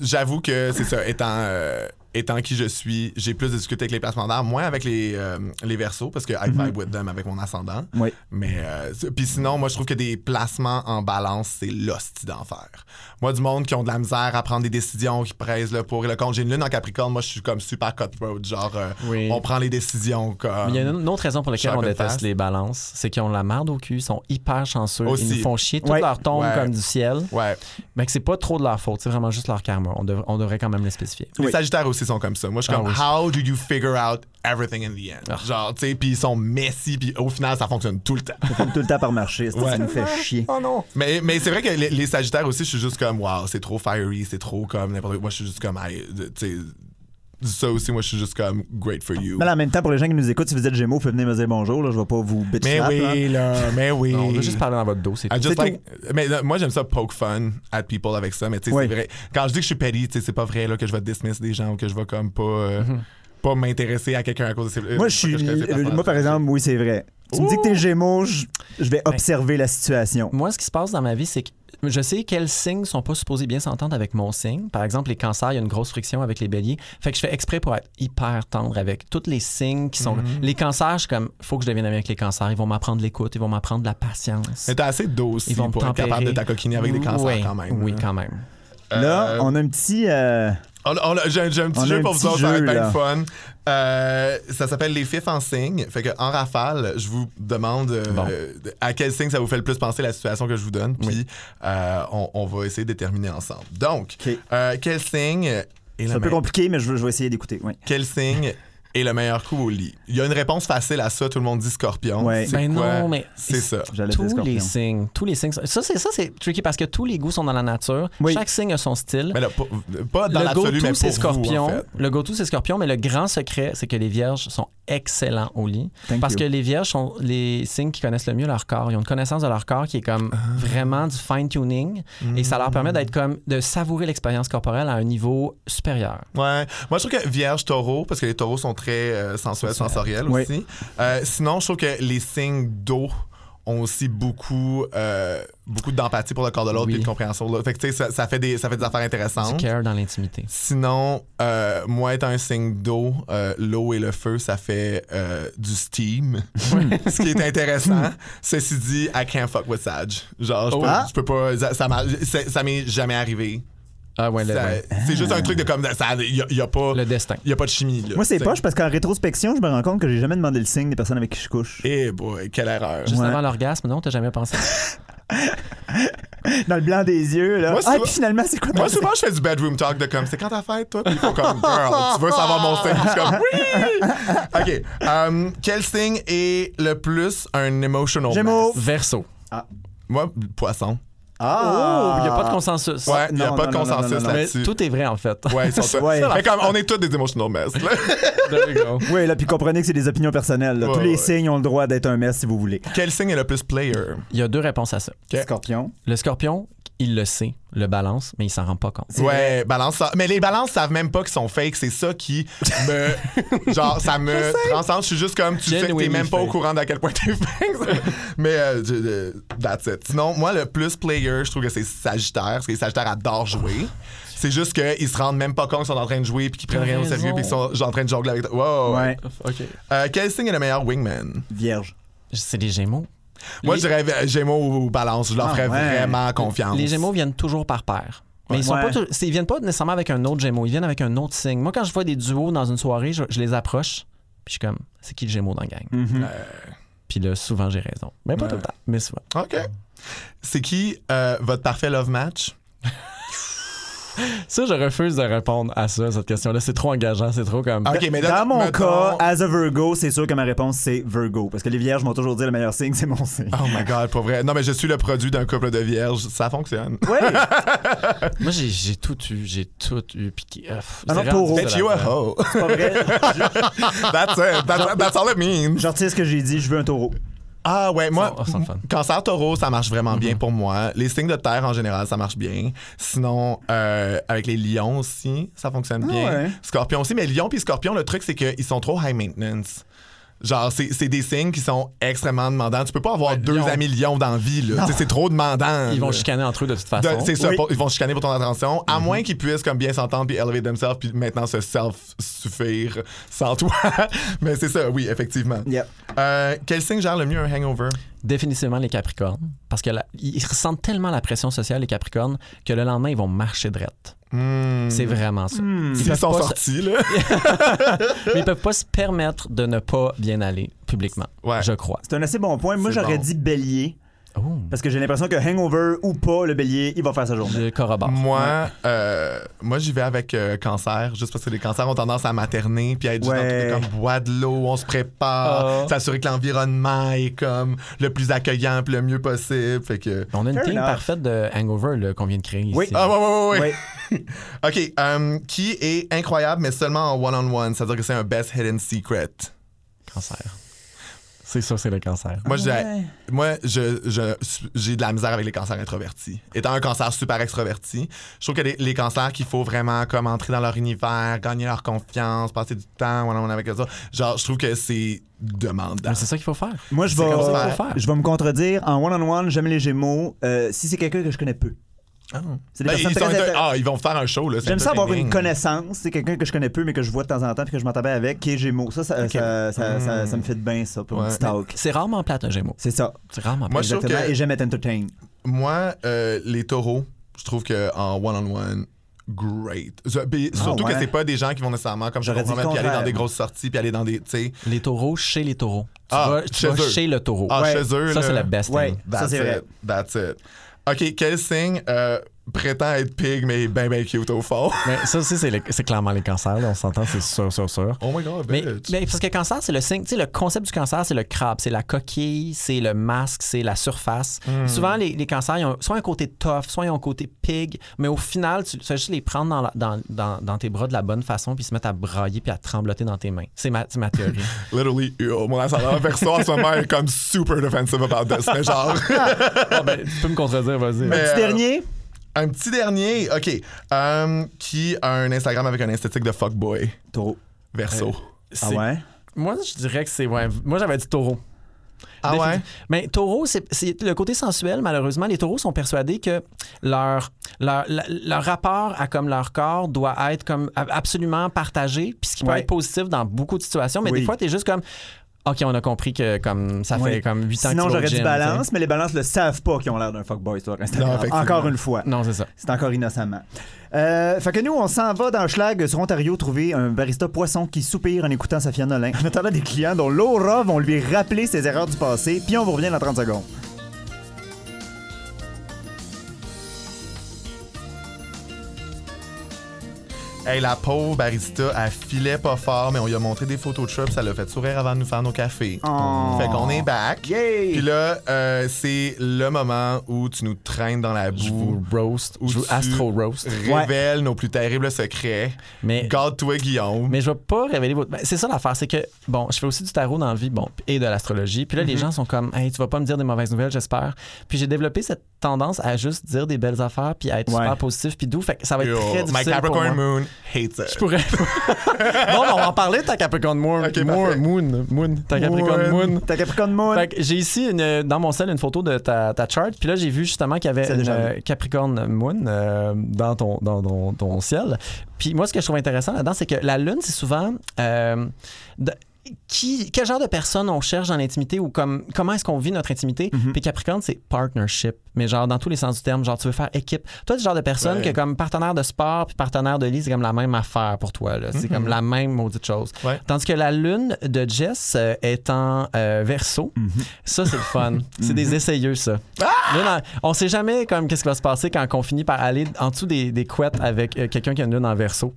A: j'avoue que c'est ça, étant, euh, étant qui je suis, j'ai plus de difficultés avec les placements d'air, moins avec les, euh, les versos, parce que I
B: Mm-hmm.
A: vibe with them avec mon ascendant.
B: Oui.
A: Mais, euh, c'est- puis sinon, moi, je trouve que des placements en balance, c'est l'hostie d'enfer. Moi, du monde qui ont de la misère à prendre des décisions, qui pressent le pour et le contre, j'ai une lune en Capricorne, moi, je suis comme super cutthroat, genre, euh,
C: Oui.
A: on prend les décisions, comme...
B: um,
C: Mais il y a une une autre raison pour laquelle
A: Sharpen
C: on déteste
A: fast.
C: les balances, c'est qu'ils ont la marde au cul, ils sont hyper chanceux,
A: Aussi.
C: ils nous font chier, toute
B: Ouais.
C: leur tombe
A: Ouais.
C: comme du ciel,
A: Ouais.
C: mais que c'est pas trop de leur faute, c'est vraiment juste leur karma. On, dev- on devrait quand même le spécifier.
A: Les
B: Oui.
A: Sagittaires aussi sont comme ça. Moi, je suis
C: Ah
A: comme,
C: oui. Ah.
A: how do you figure out everything in the end? Genre, tu sais, puis ils sont messy, puis au final, ça fonctionne tout le temps. <laughs>
B: Comme tout le temps par marché, ça, ça
A: Ouais.
B: nous fait chier.
C: Oh non!
A: mais mais c'est vrai que les, les Sagittaires aussi, je suis juste comme, wow, c'est trop fiery, c'est trop comme n'importe quoi. Moi, je suis juste comme, hey, tu sais, ça aussi, moi, je suis juste comme, great for you.
B: Mais là, en même temps, pour les gens qui nous écoutent, si vous êtes Gémeaux, vous pouvez venir me dire bonjour. Là, je vais pas vous bitch
A: Mais
B: slap, là.
A: oui, Euh, là, mais oui.
C: on veut juste parler dans votre dos, c'est
A: I
C: tout.
A: just
B: C'est
A: like- mais là, moi j'aime ça poke fun at people avec ça mais tu sais
B: Oui.
A: c'est vrai quand je dis que je suis petty tu sais c'est pas vrai là que je vais dismiss des gens ou que je vais comme pas euh, pas m'intéresser à quelqu'un à cause de ses
B: Moi, je suis.
A: parce que connais ces
B: euh, Moi, par
A: personnages.
B: exemple, oui, c'est vrai. Tu me dis que t'es Gémeaux, je je vais observer la situation.
C: Moi, ce qui se passe dans ma vie, c'est que je sais quels signes sont pas supposés bien s'entendre avec mon signe. Par exemple, les cancers, il y a une grosse friction avec les béliers. Fait que je fais exprès pour être hyper tendre avec tous les signes qui sont.
A: Mhm.
C: Les cancers, je suis comme, faut que je devienne ami avec les cancers. Ils vont m'apprendre l'écoute, ils vont m'apprendre la patience.
A: Mais t'es assez douce
C: Ils vont me
A: pour être
C: tempérer.
A: capable de t'acoquiner avec des cancers
C: Oui,
A: quand même. hein.
C: Oui, quand même.
B: Là,
A: Euh,
B: on a un petit. euh,
A: on- on- j'ai, j'ai un petit
B: on a
A: jeu
B: un
A: pour
B: petit
A: vous autres, ça va
B: jeu,
A: être bien
B: là.
A: le fun. Euh, ça s'appelle les fifs en signe. Fait que en rafale, je vous demande euh,
C: Bon.
A: de- à quel signe ça vous fait le plus penser la situation que je vous donne. Puis euh, on, on va essayer de déterminer ensemble. Donc,
B: OK.
A: euh, quel signe est le
B: C'est un peu
A: meilleur-
B: compliqué, mais je, vais- je vais essayer d'écouter. Oui.
A: Quel signe est le meilleur coup au lit? Il y a une réponse facile à ça, tout le monde dit scorpion.
B: Ouais.
A: C'est
C: Ben
A: quoi?
C: non, mais-
A: C'est ça.
B: J'allais dire
C: Tous les
B: scorpion.
C: signes, tous les signes. sont- Ça, c'est ça, c'est tricky parce que tous les goûts sont dans la nature.
B: Oui.
C: Chaque signe a son style.
A: Mais là, pas, pas dans
C: le
A: l'absolu, mais
C: go-to,
A: pour
C: c'est
A: vous,
C: scorpion.
A: en fait.
C: Le go-to, c'est scorpion, mais le grand secret, c'est que les vierges sont excellents au lit.
B: Thank
C: parce
B: you.
C: que les vierges sont les signes qui connaissent le mieux leur corps. Ils ont une connaissance de leur corps qui est comme vraiment du fine-tuning et ça leur permet d'être comme de savourer l'expérience corporelle à un niveau supérieur.
A: Ouais. Moi, je trouve que Vierge, Taureau, parce que les taureaux sont très euh, sensuels, sensoriels
B: Oui.
A: aussi. Euh, sinon, je trouve que les signes d'eau ont aussi beaucoup, euh, beaucoup d'empathie pour le corps de l'autre
C: Oui.
A: et de compréhension de l'autre. Fait que, tu sais, ça, ça fait des, ça fait des affaires
C: Du
A: intéressantes.
C: care dans l'intimité.
A: Sinon, euh, moi, étant un signe d'eau, euh, l'eau et le feu, ça fait euh, du steam. <laughs> Ce qui est intéressant. Ceci dit, I can't fuck with Sag. Genre, je peux,
B: Ah.
A: je peux pas. Ça, ça m'a- c'est- ça m'est jamais arrivé
C: Ah ouais, le,
A: Ça-
C: ouais.
A: C'est juste un truc de comme. Il n'y a, y a pas.
C: Le destin.
A: y a pas de chimie. Là,
B: Moi, c'est
A: t'sais.
B: poche parce qu'en rétrospection, je me rends compte que j'ai jamais demandé le signe des personnes avec qui je
A: <laughs>
B: couche.
A: Eh boy, quelle erreur.
C: Juste
B: Ouais.
C: avant l'orgasme, non, t'as jamais pensé.
B: Dans le blanc des yeux, là.
A: Moi,
B: ah,
A: souvent-
B: puis finalement, c'est quoi
A: Moi,
B: ton
A: souvent, je fais du bedroom talk de comme, c'est quand ta fête, toi? Puis ils font comme, girl, tu veux savoir mon signe? Je suis comme, oui! OK. um, quel signe est le plus un emotional
B: Gémeaux.
A: mess?
C: Verso.
A: Moi, poisson.
B: Ah!
C: Oh, il n'y a pas de consensus.
A: Ouais, il n'y a
B: non,
A: pas de
B: non, non, non,
A: consensus
B: non, non.
C: Mais
A: là-dessus.
C: tout est vrai, en fait.
A: Ouais, ils sont
B: <laughs>
A: tous-
B: Ouais.
A: Fait comme, on est tous des emotional mess. là.
C: There you go.
B: Oui, là, puis comprenez que c'est des opinions personnelles. là.
A: Ouais,
B: Tous les
A: ouais.
B: signes ont le droit d'être un mess si vous voulez.
A: quel signe est le plus player?
C: <laughs> Il y a deux réponses à ça.
A: Ok.
B: Scorpion.
C: Le scorpion, il le sait, le balance, mais il s'en rend pas compte.
B: C'est
A: Ouais, balance ça. Mais les balances savent même pas qu'ils sont fake. C'est ça qui
C: <laughs>
A: me. genre, ça me transcende. Je suis juste comme, tu sais que t'es
C: Genuinely
A: même pas au
C: fake.
A: courant d'à quel point t'es fake. Mais, euh, je- euh, that's it. Sinon, moi, le plus player, je trouve que c'est Sagittaire. Parce que les Sagittaires adorent jouer. C'est juste qu'ils se rendent même pas compte qu'ils sont en train de jouer, puis qu'ils prennent
C: T'as
A: rien au
C: raison.
A: sérieux, puis qu'ils sont genre, en train de jongler avec. Wow. ouais.
B: Ouais.
C: OK.
A: Euh, quel signe est le meilleur wingman?
B: Vierge.
C: C'est les gémeaux.
A: Moi,
C: les,
A: je dirais euh, Gémeaux ou Balance. Je leur
B: Ah,
A: ferais
B: ouais.
A: vraiment confiance.
C: les gémeaux viennent toujours par paire. Mais ils sont
B: Ouais.
C: pas tou- c'est- ils viennent pas nécessairement avec un autre gémeau, ils viennent avec un autre signe. Moi, quand je vois des duos dans une soirée, je, je les approche, puis je suis comme, c'est qui le gémeau dans la gang? Puis là, souvent, j'ai raison. Euh, Mais pas tout le temps, mais souvent.
A: OK. C'est qui euh, votre parfait love match?
C: Ça, je refuse de répondre à ça, cette question-là. C'est trop engageant, c'est trop comme...
A: OK, mais là,
B: Dans mon
A: mettons-
B: cas, as a Virgo, c'est sûr que ma réponse, c'est Virgo. Parce que les vierges m'ont toujours dit le meilleur signe, c'est mon signe.
A: Oh my god, pour vrai. Non, mais je suis le produit d'un couple de vierges. Ça fonctionne. <laughs>
B: Oui!
C: Moi, j'ai- j'ai tout eu, j'ai tout eu. Puis, euh, pff,
B: Ah non,
C: c'est
B: Taureau.
C: rendu
A: Bet you a
C: là-dedans.
A: hoe.
B: C'est pas vrai.
A: <laughs> That's it. That's, that's all it means.
B: Je retire ce que j'ai dit, je veux un taureau.
A: Ah ouais, moi,
C: Ça, ça, le fun.
A: cancer taureau, ça marche vraiment bien pour moi. Les signes de terre en général, ça marche bien. Sinon, euh, avec les lions aussi, ça fonctionne
B: Ah
A: bien.
B: ouais.
A: Scorpion aussi, mais lion puis scorpion, le truc, c'est qu'ils sont trop high maintenance. Genre, c'est c'est des signes qui sont extrêmement demandants. Tu peux pas avoir deux
C: lion.
A: amis lions dans la vie, là. Tu sais, C'est trop demandant.
C: Ils vont
A: là.
C: chicaner entre eux de toute
A: De-
C: façon. Mhm.
A: C'est ça,
B: Oui.
A: pour- ils vont chicaner pour ton attention, à moins qu'ils puissent comme bien s'entendre puis élever themselves puis maintenant se self-suffire sans toi. <laughs> Mais c'est ça, oui, effectivement.
B: Yep.
A: Euh, quel signe gère le mieux un hangover?
C: Définitivement les Capricornes. Parce que la- ils ressentent tellement la pression sociale, les Capricornes, que le lendemain, ils vont marcher drette.
A: Hmm.
C: C'est vraiment ça. Ils
A: S'ils
C: peuvent
A: sont
C: pas se-
A: sortis,
C: <laughs>
A: là.
C: Mais ils peuvent pas se permettre de ne pas bien aller publiquement,
A: Ouais. Oh.
C: je crois.
B: C'est un assez bon point. Moi,
A: C'est
B: j'aurais
A: bon.
B: dit bélier. Parce que j'ai l'impression que hangover ou pas, le bélier, il va faire sa journée.
C: Je corrobore.
A: Mm. Moi, euh, moi j'y vais avec euh, cancer, juste parce que les cancers ont tendance à materner, puis à être juste dans le
B: Ouais.
A: truc comme bois de l'eau, on se prépare,
C: Ah.
A: s'assurer que l'environnement est comme le plus accueillant, puis le mieux possible. Fait que...
C: On a une
B: Fair
C: team
B: enough.
C: parfaite de hangover là, qu'on vient de créer ici.
B: Oui.
A: Ah, ouais, ouais, ouais, ouais.
B: Ouais.
A: OK. euh, qui est incroyable, mais seulement en one-on-one? C'est-à-dire que c'est un best hidden secret.
C: Cancer. C'est ça, c'est le cancer.
A: Moi, je dirais-
B: Ah Ouais.
A: moi je, je- j'ai de la misère avec les cancers introvertis. Étant un cancer super extroverti, je trouve que les, les cancers qu'il faut vraiment comme entrer dans leur univers, gagner leur confiance, passer du temps one-on-one avec eux autres, genre, je trouve que c'est demandant.
C: Mais Ah, c'est ça qu'il faut faire.
B: Moi, je vais,
A: C'est comme ça
C: qu'il faut faire.
B: je vais me contredire. En one-on-one, j'aime les Gémeaux. Euh, si c'est quelqu'un que je connais peu. C'est
A: Ben,
B: des personnes
A: ils, sont
B: très
A: inter-
B: inter-
A: ah, ils vont faire un show. Là, c'est
B: J'aime ça avoir
A: entertaining.
B: une connaissance. C'est quelqu'un que je connais peu, mais que je vois de temps en temps puis que je m'entendais avec, qui est Gémeaux. Ça, ça, ça, ça, ça- ça me fait de bien, ça, pour
A: Hmm. Ouais.
B: un petit talk.
C: Ah, C'est rarement plate, un gémeau.
B: C'est ça.
C: C'est rarement
A: Moi,
C: plate.
A: je trouve
B: Exactement.
A: que-
B: Et j'aime être entertain.
A: Moi, euh, les taureaux, je trouve qu'en one-on-one, great. Je- puis surtout
B: Ah, ouais.
A: que c'est pas des gens qui vont nécessairement comme je
B: J'aurais dit le
A: comprends, puis aller dans
B: contraire.
A: des grosses sorties, puis aller dans des. Tu sais.
C: Les taureaux chez les taureaux. Tu
A: Ah,
C: vas, tu
A: chez
C: vas
A: eux.
C: chez le taureau.
A: Ah,
B: Ouais.
A: chez eux.
C: Ça,
A: là,
C: c'est la best
B: Ouais.
C: thing.
A: That's
B: Ça, c'est
A: it.
B: vrai.
A: That's it. OK, quel signe euh, prétend être pig, mais est ben, ben cute au fond? <laughs>
C: Mais ça aussi, c'est, le- c'est clairement les cancers. là, on s'entend, c'est sûr, sûr, sûr.
A: Oh my god,
C: Mais,
A: bitch.
C: mais parce que cancer, c'est le signe. Tu sais, le concept du cancer, c'est le crabe, c'est la coquille, c'est le masque, c'est la surface. Souvent, les, les cancers, ils ont soit un côté tough, soit ils ont un côté pig, mais au final, tu tu fais juste les prendre dans, la- dans, dans, dans tes bras de la bonne façon, puis se mettre à brailler, puis à trembloter dans tes mains. C'est ma, c'est ma théorie.
A: Literally, yo, mon ascendant <laughs> perso en ce moment est comme super defensive about this. Mais
B: <laughs>
A: genre.
C: <laughs> Ah, ben, tu peux me contredire, vas-y.
A: Mais-
B: Petit
A: Euh,
B: dernier.
A: un petit dernier, OK. euh, qui a un Instagram avec un esthétique de fuckboy
B: Taureau.
A: verso?
B: Ah
C: C'est-
B: ouais?
C: Moi, je dirais que c'est. ouais, moi, j'avais dit taureau.
A: ah ouais?
C: Mais taureau, c'est c'est le côté sensuel, malheureusement. Les taureaux sont persuadés que leur, leur, la- leur rapport à comme leur corps doit être comme a- absolument partagé, puis ce qui peut
B: Ouais.
C: être positif dans beaucoup de situations. Mais
B: Oui.
C: des fois, tu es juste comme. OK, on a compris que comme ça
B: Ouais.
C: fait comme 8 ans que
B: Sinon,
C: tu vas au
B: j'aurais dit
C: gym, tu sais.
B: balance, mais les balances le savent pas qu'ils ont l'air d'un fuckboy sur
A: Non,
B: Instagram.
A: effectivement.
B: Encore une fois.
C: Non, c'est ça.
B: C'est encore innocemment. Euh, fait que nous, on s'en va dans Schlag sur Ontario trouver un barista poisson qui soupire en écoutant Safia Nolin. En attendant des clients dont l'aura vont lui rappeler ses erreurs du passé, puis on vous revient dans 30 secondes.
A: Hey, la pauvre barista, elle filait pas fort, mais on lui a montré des photos de chats, puis ça l'a fait sourire avant de nous faire nos cafés.
B: Oh.
A: Fait qu'on est back.
B: Yay!
A: Puis là, euh, c'est le moment où tu nous traînes dans la
C: Je vous
A: boue,
C: roast.
A: Ou
C: je vous
A: tu-
C: astro roast.
B: euh,
A: révèle nos plus terribles secrets.
C: Mais,
A: Garde-toi, Guillaume.
C: mais je vais pas révéler votre. ben, c'est ça l'affaire, c'est que, bon, je fais aussi du tarot dans la vie, bon, et de l'astrologie. Puis là, les gens sont comme, hey, tu vas pas me dire des mauvaises nouvelles, j'espère. Puis j'ai développé cette tendance à juste dire des belles affaires, puis à être
B: Ouais.
C: super positif, puis doux. Fait que ça va être
A: Yo,
C: très
A: my
C: difficile. pour
A: Capricorn
C: moi.
A: Moon hates
C: Je
A: it.
C: pourrais <laughs> pas. non, mais on va en parler, ta Capricorn Moon.
A: Ok,
C: Moon,
A: parfait.
C: Moon, Moon. Ta Capricorn
A: Moon.
C: Moon.
B: T'as Capricorne Moon.
C: Fait que j'ai ici une- dans mon sel une photo de ta, ta chart. Puis là, j'ai vu justement qu'il y avait
B: C'est
C: une
B: déjà
C: euh, Capricorn Moon euh, dans, ton, dans ton, ton ciel. Puis moi, ce que je trouve intéressant là-dedans, c'est que la Lune, c'est souvent. euh, de- qui, quel genre de personne on cherche dans l'intimité ou comme, comment est-ce qu'on vit notre intimité? Puis Capricorne, c'est partnership, mais genre dans tous les sens du terme, genre tu veux faire équipe. Toi, t'es le genre de personne
A: Ouais.
C: que comme partenaire de sport puis partenaire de lit, c'est comme la même affaire pour toi. là. C'est comme la même maudite chose.
A: Ouais.
C: Tandis que la lune de Jess euh, est en euh, verso. Ça, c'est le fun. c'est des essayeux, ça. Lune en- on sait jamais comme qu'est-ce qui va se passer quand on finit par aller en dessous des, des couettes avec euh, quelqu'un qui a une lune en verso.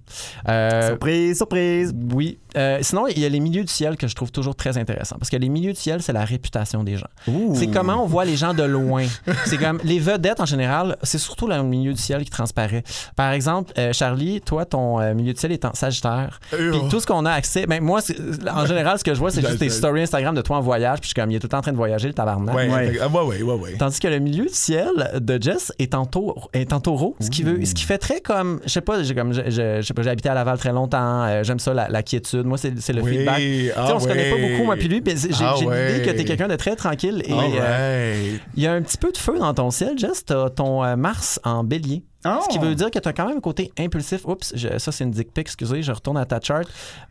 C: Euh,
B: Surprise, surprise.
C: oui. Euh, sinon, il y a les milieux du ciel que je trouve toujours très intéressants. Parce que les milieux du ciel, c'est la réputation des gens. C'est comment on voit les gens de loin. <laughs> c'est comme les vedettes en général, c'est surtout le milieu du ciel qui transparaît. Par exemple, euh, Charlie, toi, ton euh, milieu du ciel est en Sagittaire.
A: Euh,
C: Puis
A: oh.
C: tout ce qu'on a accès, ben moi, c'est- en général, ce que je vois, c'est
A: Je-
C: juste tes
A: je-
C: stories Instagram de toi en voyage, puis je suis comme, il est tout le temps en train de voyager, le tabarnak.
A: Ouais,
B: Ouais.
A: fait que- ah, ouais, ouais, ouais, ouais.
C: Tandis que le milieu du ciel de Jess est en, taureau- est en taureau, ce qui, veut, ce qui fait très comme, je sais pas, j'ai comme, je, je- je sais pas, j'ai habité à Laval très longtemps, euh, j'aime ça, la, la quiétude. Moi, c'est c'est le
A: Oui,
C: feedback.
A: ah
C: Tu sais, on se connaît pas
A: ouais.
C: beaucoup, moi puis lui, mais j'ai
A: Ah
C: j'ai l'idée
A: ouais. Ah
C: que t'es quelqu'un de très tranquille et
A: All
C: euh,
A: right.
C: il y a un petit peu de feu dans ton ciel, Jess. T'as ton euh, Mars en bélier.
B: Oh.
C: Ce qui veut dire que t'as quand même un côté impulsif. Oups, je- ça c'est une dick pic, excusez, je retourne à ta chart.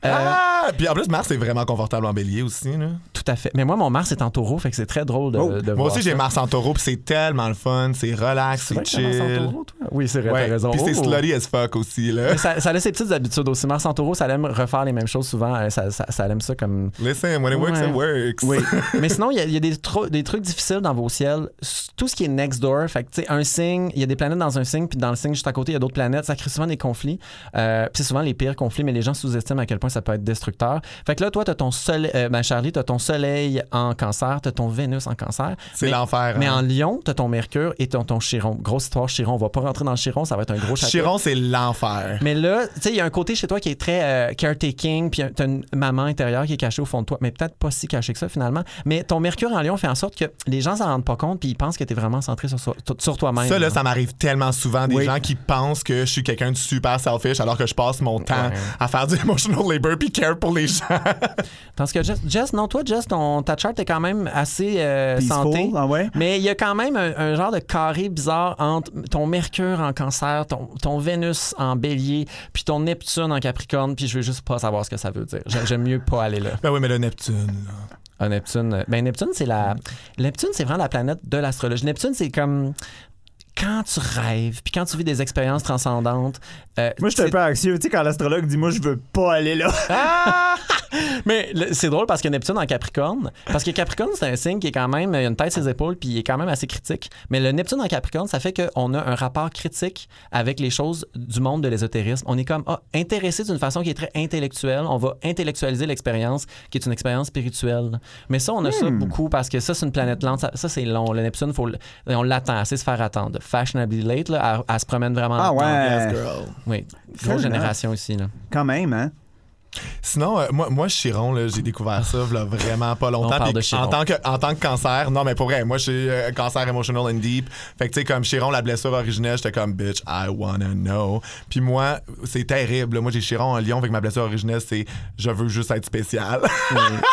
C: Euh,
A: Ah! Puis en plus, Mars est vraiment confortable en bélier aussi. Là.
C: Tout à fait. Mais moi, mon Mars est en taureau, fait que c'est très drôle de,
B: Oh,
C: de
A: Moi
C: voir
A: aussi,
C: ça.
A: j'ai Mars en taureau, puis c'est tellement le fun. C'est relax,
C: C'est vrai
A: c'est
C: que t'as Mars en
A: chill.
C: taureau, toi? Oui, c'est vrai,
A: Ouais.
C: t'as raison.
A: Puis c'est
C: Oh.
A: slutty as fuck aussi. Là.
C: Mais ça, ça a ses petites habitudes aussi. Mars en taureau, ça aime refaire les mêmes choses souvent. Euh, Ça, ça, ça aime
A: <laughs>
C: ça comme.
A: Listen, when it works,
C: Ouais.
A: it works.
C: Oui. Mais sinon, il y a, il y a des, tro- des trucs difficiles dans vos ciels. S- Tout ce qui est next door, fait que, tu sais, un signe, il y a des planètes dans un signe, puis dans le signe juste à côté, il y a d'autres planètes. Ça crée souvent des conflits. Euh, puis c'est souvent les pires conflits, mais les gens sous-estiment à quel point ça peut être destructeur. Fait que là, toi, t'as ton soleil, euh, ben, Charlie, t'as ton soleil en cancer, t'as ton Vénus en cancer.
A: C'est
C: Mais-
A: l'enfer.
C: Mais en
A: hein.
C: Lion, t'as ton Mercure et ton, ton Chiron. Grosse histoire, Chiron. On va pas rentrer dans le Chiron, ça va être un gros chapitre.
A: Chiron, c'est l'enfer.
C: Mais là, tu sais, il y a un côté chez toi qui est très euh, caretaking, puis t'as une maman intérieure qui est cachée au fond de toi, mais peut-être pas si cachée que ça finalement. Mais ton Mercure en Lion fait en sorte que les gens s'en rendent pas compte, puis ils pensent que t'es vraiment centré sur, so- sur toi-même.
A: Ça, là,
C: Hein.
A: ça m'arrive tellement souvent. Des
B: Oui.
A: gens qui pensent que je suis quelqu'un de super selfish alors que je passe mon temps à faire du <laughs> emotional labor puis care pour les gens.
C: Tandis que Jess, Jess, non, toi, Jess, ton, ta charte est quand même assez euh,
B: Peaceful,
C: santé.
B: ah ouais?
C: Mais il y a quand même un, un genre de carré bizarre entre ton Mercure en cancer, ton, ton Vénus en bélier, puis ton Neptune en Capricorne, puis je veux juste pas savoir ce que ça veut dire. J'ai- J'aime mieux pas aller là.
A: Ben oui, mais le Neptune. là.
C: Ah, Neptune. euh, Ben, Neptune, c'est la.
B: Hmm.
C: Neptune, c'est vraiment la planète de l'astrologie. Neptune, c'est comme. Quand tu rêves, puis quand tu vis des expériences transcendantes. euh,
B: Moi, je suis un
C: c'est-
B: peu anxieux. Tu sais, quand l'astrologue dit, moi, je veux pas aller là. <laughs>
C: Ah! Mais le- c'est drôle parce que Neptune en Capricorne, parce que Capricorne, c'est un signe qui est quand même. Il a une tête, ses épaules, puis il est quand même assez critique. Mais le Neptune en Capricorne, ça fait qu'on a un rapport critique avec les choses du monde de l'ésotérisme. On est comme ah, intéressé d'une façon qui est très intellectuelle. On va intellectualiser l'expérience, qui est une expérience spirituelle. Mais ça, on a
B: Hmm.
C: ça beaucoup parce que ça, c'est une planète lente. Ça, ça, c'est long. Le Neptune, faut, le- on l'attend, assez se faire attendre. Fashionably late, là, elle, elle se promène vraiment.
B: Ah
C: lentement.
B: ouais. hein.
C: Oui. Grosse
B: enough.
C: génération ici, là.
B: Quand même, hein?
A: Sinon, euh, moi, moi, Chiron, là, j'ai découvert ça v'là vraiment pas longtemps.
C: On parle
A: Puis
C: de Chiron.
A: En tant, que, en tant que cancer, non, mais pour vrai, moi, je suis euh, cancer emotional and deep. Fait que, tu sais, comme Chiron, la blessure originelle, j'étais comme, bitch, I wanna know. Puis moi, c'est terrible. là. Moi, j'ai Chiron en lion, fait que ma blessure originelle, c'est je veux juste être spécial. <laughs>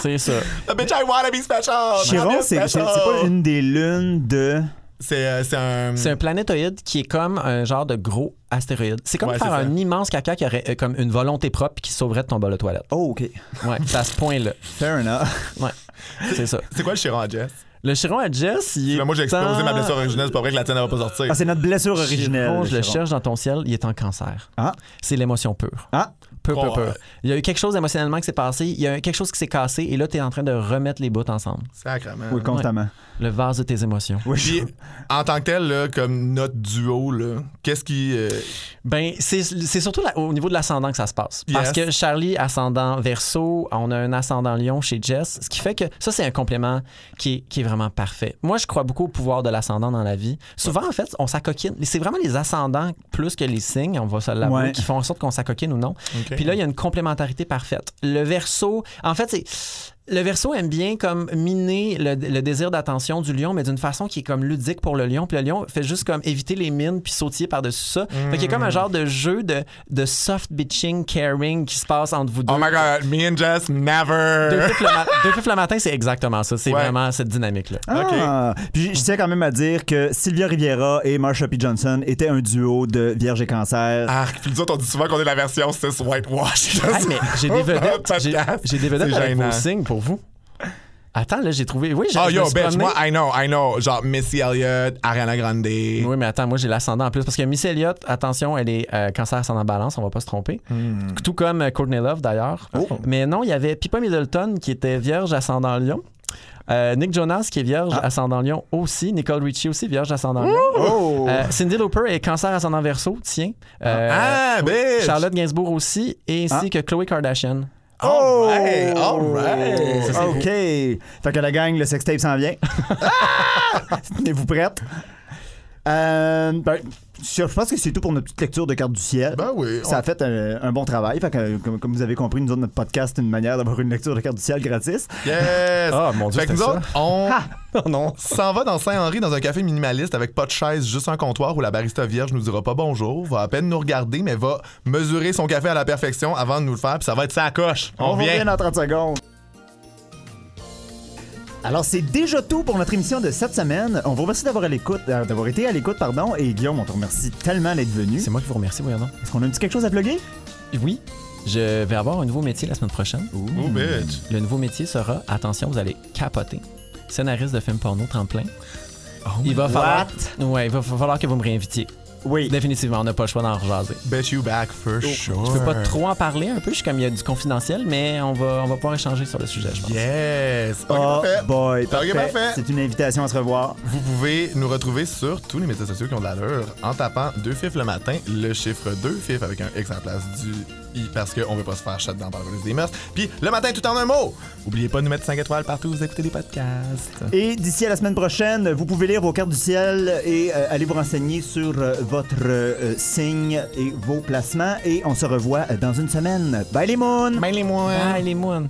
C: C'est ça.
A: bitch, I wanna be special.
B: Chiron,
A: I'm Ah,
B: c'est c'est-
A: special.
B: c'est pas une des lunes de.
A: C'est euh, c'est un.
C: C'est un planétoïde qui est comme un genre de gros astéroïde. C'est comme
A: Ouais,
C: faire
A: c'est ça.
C: un immense caca qui aurait euh, comme une volonté propre puis qui sauverait de ton bol de toilette.
B: Oh, OK.
C: Ouais, c'est à ce
A: <laughs>
C: point-là.
B: Fair
C: <laughs>
B: enough.
C: Ouais, c'est ça.
A: C'est quoi le chiron à Jess?
C: Le chiron à Jess, il est.
A: Là, moi, j'ai explosé
C: dans-
A: ma blessure originelle. C'est pas vrai que la tienne, elle va pas
B: Ah,
A: sortir.
B: c'est notre blessure
C: Chiron,
B: originelle.
C: je le cherche dans ton ciel, il est en cancer.
B: Ah,
C: C'est l'émotion pure.
B: ah.
C: Peu, peu,
A: Oh,
C: peu.
A: euh.
C: Il y a eu quelque chose émotionnellement qui s'est passé, il y a eu quelque chose qui s'est cassé, et là, tu es en train de remettre les bouts ensemble.
A: Sacrement.
B: Oui, constamment.
C: Le vase de tes émotions.
B: Oui,
A: Puis, en tant que tel, là, comme notre duo, là, qu'est-ce qui. euh,
C: Ben, c'est c'est surtout la- au niveau de l'ascendant que ça se passe.
A: Yes.
C: Parce que Charlie, ascendant verso, on a un ascendant lion chez Jess, ce qui fait que ça, c'est un complément qui est, qui est vraiment parfait. Moi, je crois beaucoup au pouvoir de l'ascendant dans la vie. Souvent, en fait, on s'accoquine. C'est vraiment les ascendants plus que les signes, on va se l'avouer,
B: Ouais.
C: qui font en sorte qu'on s'accoquine ou non.
A: Ok.
C: Puis là, il y a une complémentarité parfaite. Le verso, en fait, c'est. Le verso aime bien comme miner le, le désir d'attention du lion, mais d'une façon qui est comme ludique pour le lion. Puis le lion fait juste comme éviter les mines puis sautiller par-dessus ça. Fait qu'il y a
A: Hmm.
C: comme un genre de jeu de, de soft bitching, caring qui se passe entre vous deux.
A: Oh my god, me and Jess,
C: Deux
A: never!
C: fifs le, ma- deux fifs le matin, c'est exactement ça. C'est
A: Ouais.
C: vraiment cette dynamique-là.
B: Ah! Puis je tiens quand même à dire que Sylvia Riviera et Marsha P. Johnson étaient un duo de Vierge et Cancer.
A: Ah, puis nous autres, on dit souvent qu'on est la version 6 whitewash.
C: <laughs> Hey, mais j'ai des vedettes. j'ai-
A: Podcast.
C: J'ai des vedettes
A: C'est
C: avec
A: gênant.
C: vos signes pour vous. Attends, là, j'ai trouvé. Oui, j'ai
A: Oh
C: je
A: yo,
C: me suis
A: bitch,
C: promené.
A: moi, I know, I know. Genre Missy Elliott, Ariana Grande.
C: Oui, mais attends, moi j'ai l'ascendant en plus. Parce que Miss Elliott, attention, elle est euh, cancer ascendant balance, on va pas se tromper. Tout comme euh, Courtney Love d'ailleurs. Mais non, il y avait Pippa Middleton qui était vierge ascendant lion. Euh, Nick Jonas qui est vierge ascendant lion aussi. Nicole Richie aussi vierge ascendant lion.
B: Oh!
C: Euh, Cindy Lauper est cancer ascendant verso, tiens. Euh,
A: ah, bitch!
C: Charlotte Gainsbourg aussi, et ainsi
B: Ah.
C: que Chloe Kardashian.
A: Oh! Alright, alright.
C: Ça, c'est
B: OK. Fait que la gang, le sextape s'en
A: <laughs>
B: vient. Tenez-vous prête? Euh, ben, je pense que c'est tout pour notre petite lecture de carte du ciel.
A: Ben oui.
B: Ça a fait un, un bon travail. Fait que, comme, comme vous avez compris, nous autres, notre podcast, c'est une manière d'avoir une lecture de carte du ciel gratis.
A: on- Yes!
C: Ah, mon Dieu,
A: Fait que nous
C: c'était ça.
A: autres, on
C: Oh non!
A: s'en va dans Saint-Henri dans un café minimaliste avec pas de chaise, juste un comptoir où la barista vierge nous dira pas bonjour, va à peine nous regarder, mais va mesurer son café à la perfection avant de nous le faire, puis ça va être sa coche. On,
B: On
A: revient.
B: revient dans 30 secondes. Alors, c'est déjà tout pour notre émission de cette semaine. On vous remercie d'avoir à l'écoute, euh, d'avoir été à l'écoute, pardon. Et Guillaume, on te remercie tellement d'être venu.
C: C'est moi qui vous remercie, voyons donc.
B: Est-ce qu'on a un petit quelque chose à plugger?
C: Oui, je vais avoir un nouveau métier la semaine prochaine.
A: Oh, bitch.
C: Le nouveau métier sera, attention, vous allez capoter, scénariste de film porno tremplin.
A: Oh
C: il va falloir, ouais, il va fa- falloir que vous me réinvitiez.
B: Oui.
C: Définitivement, on n'a pas le choix d'en rejaser.
A: Bet you back for sure.
C: Je peux pas trop en parler un peu, je suis comme il y a du confidentiel, mais on va, on va pouvoir échanger sur le sujet, je pense.
A: Yes! Ok,
B: Oh
A: parfait.
B: boy,
A: parfait.
B: parfait. C'est une invitation à se revoir.
A: Vous pouvez nous retrouver sur tous les médias sociaux qui ont de l'allure en tapant deux fifs le matin, le chiffre 2 fifs avec un X en place du I parce qu'on veut pas se faire shot dans par la police des mœurs. Puis le matin tout en un mot! Oubliez pas de nous mettre 5 étoiles partout où vous écoutez les podcasts.
B: Et d'ici à la semaine prochaine, vous pouvez lire vos cartes du ciel et euh, aller vous renseigner sur euh, votre euh, signe et vos placements. Et on se revoit dans une euh, semaine. Bye les moons!
A: Main les moins!
C: Ah, les moines!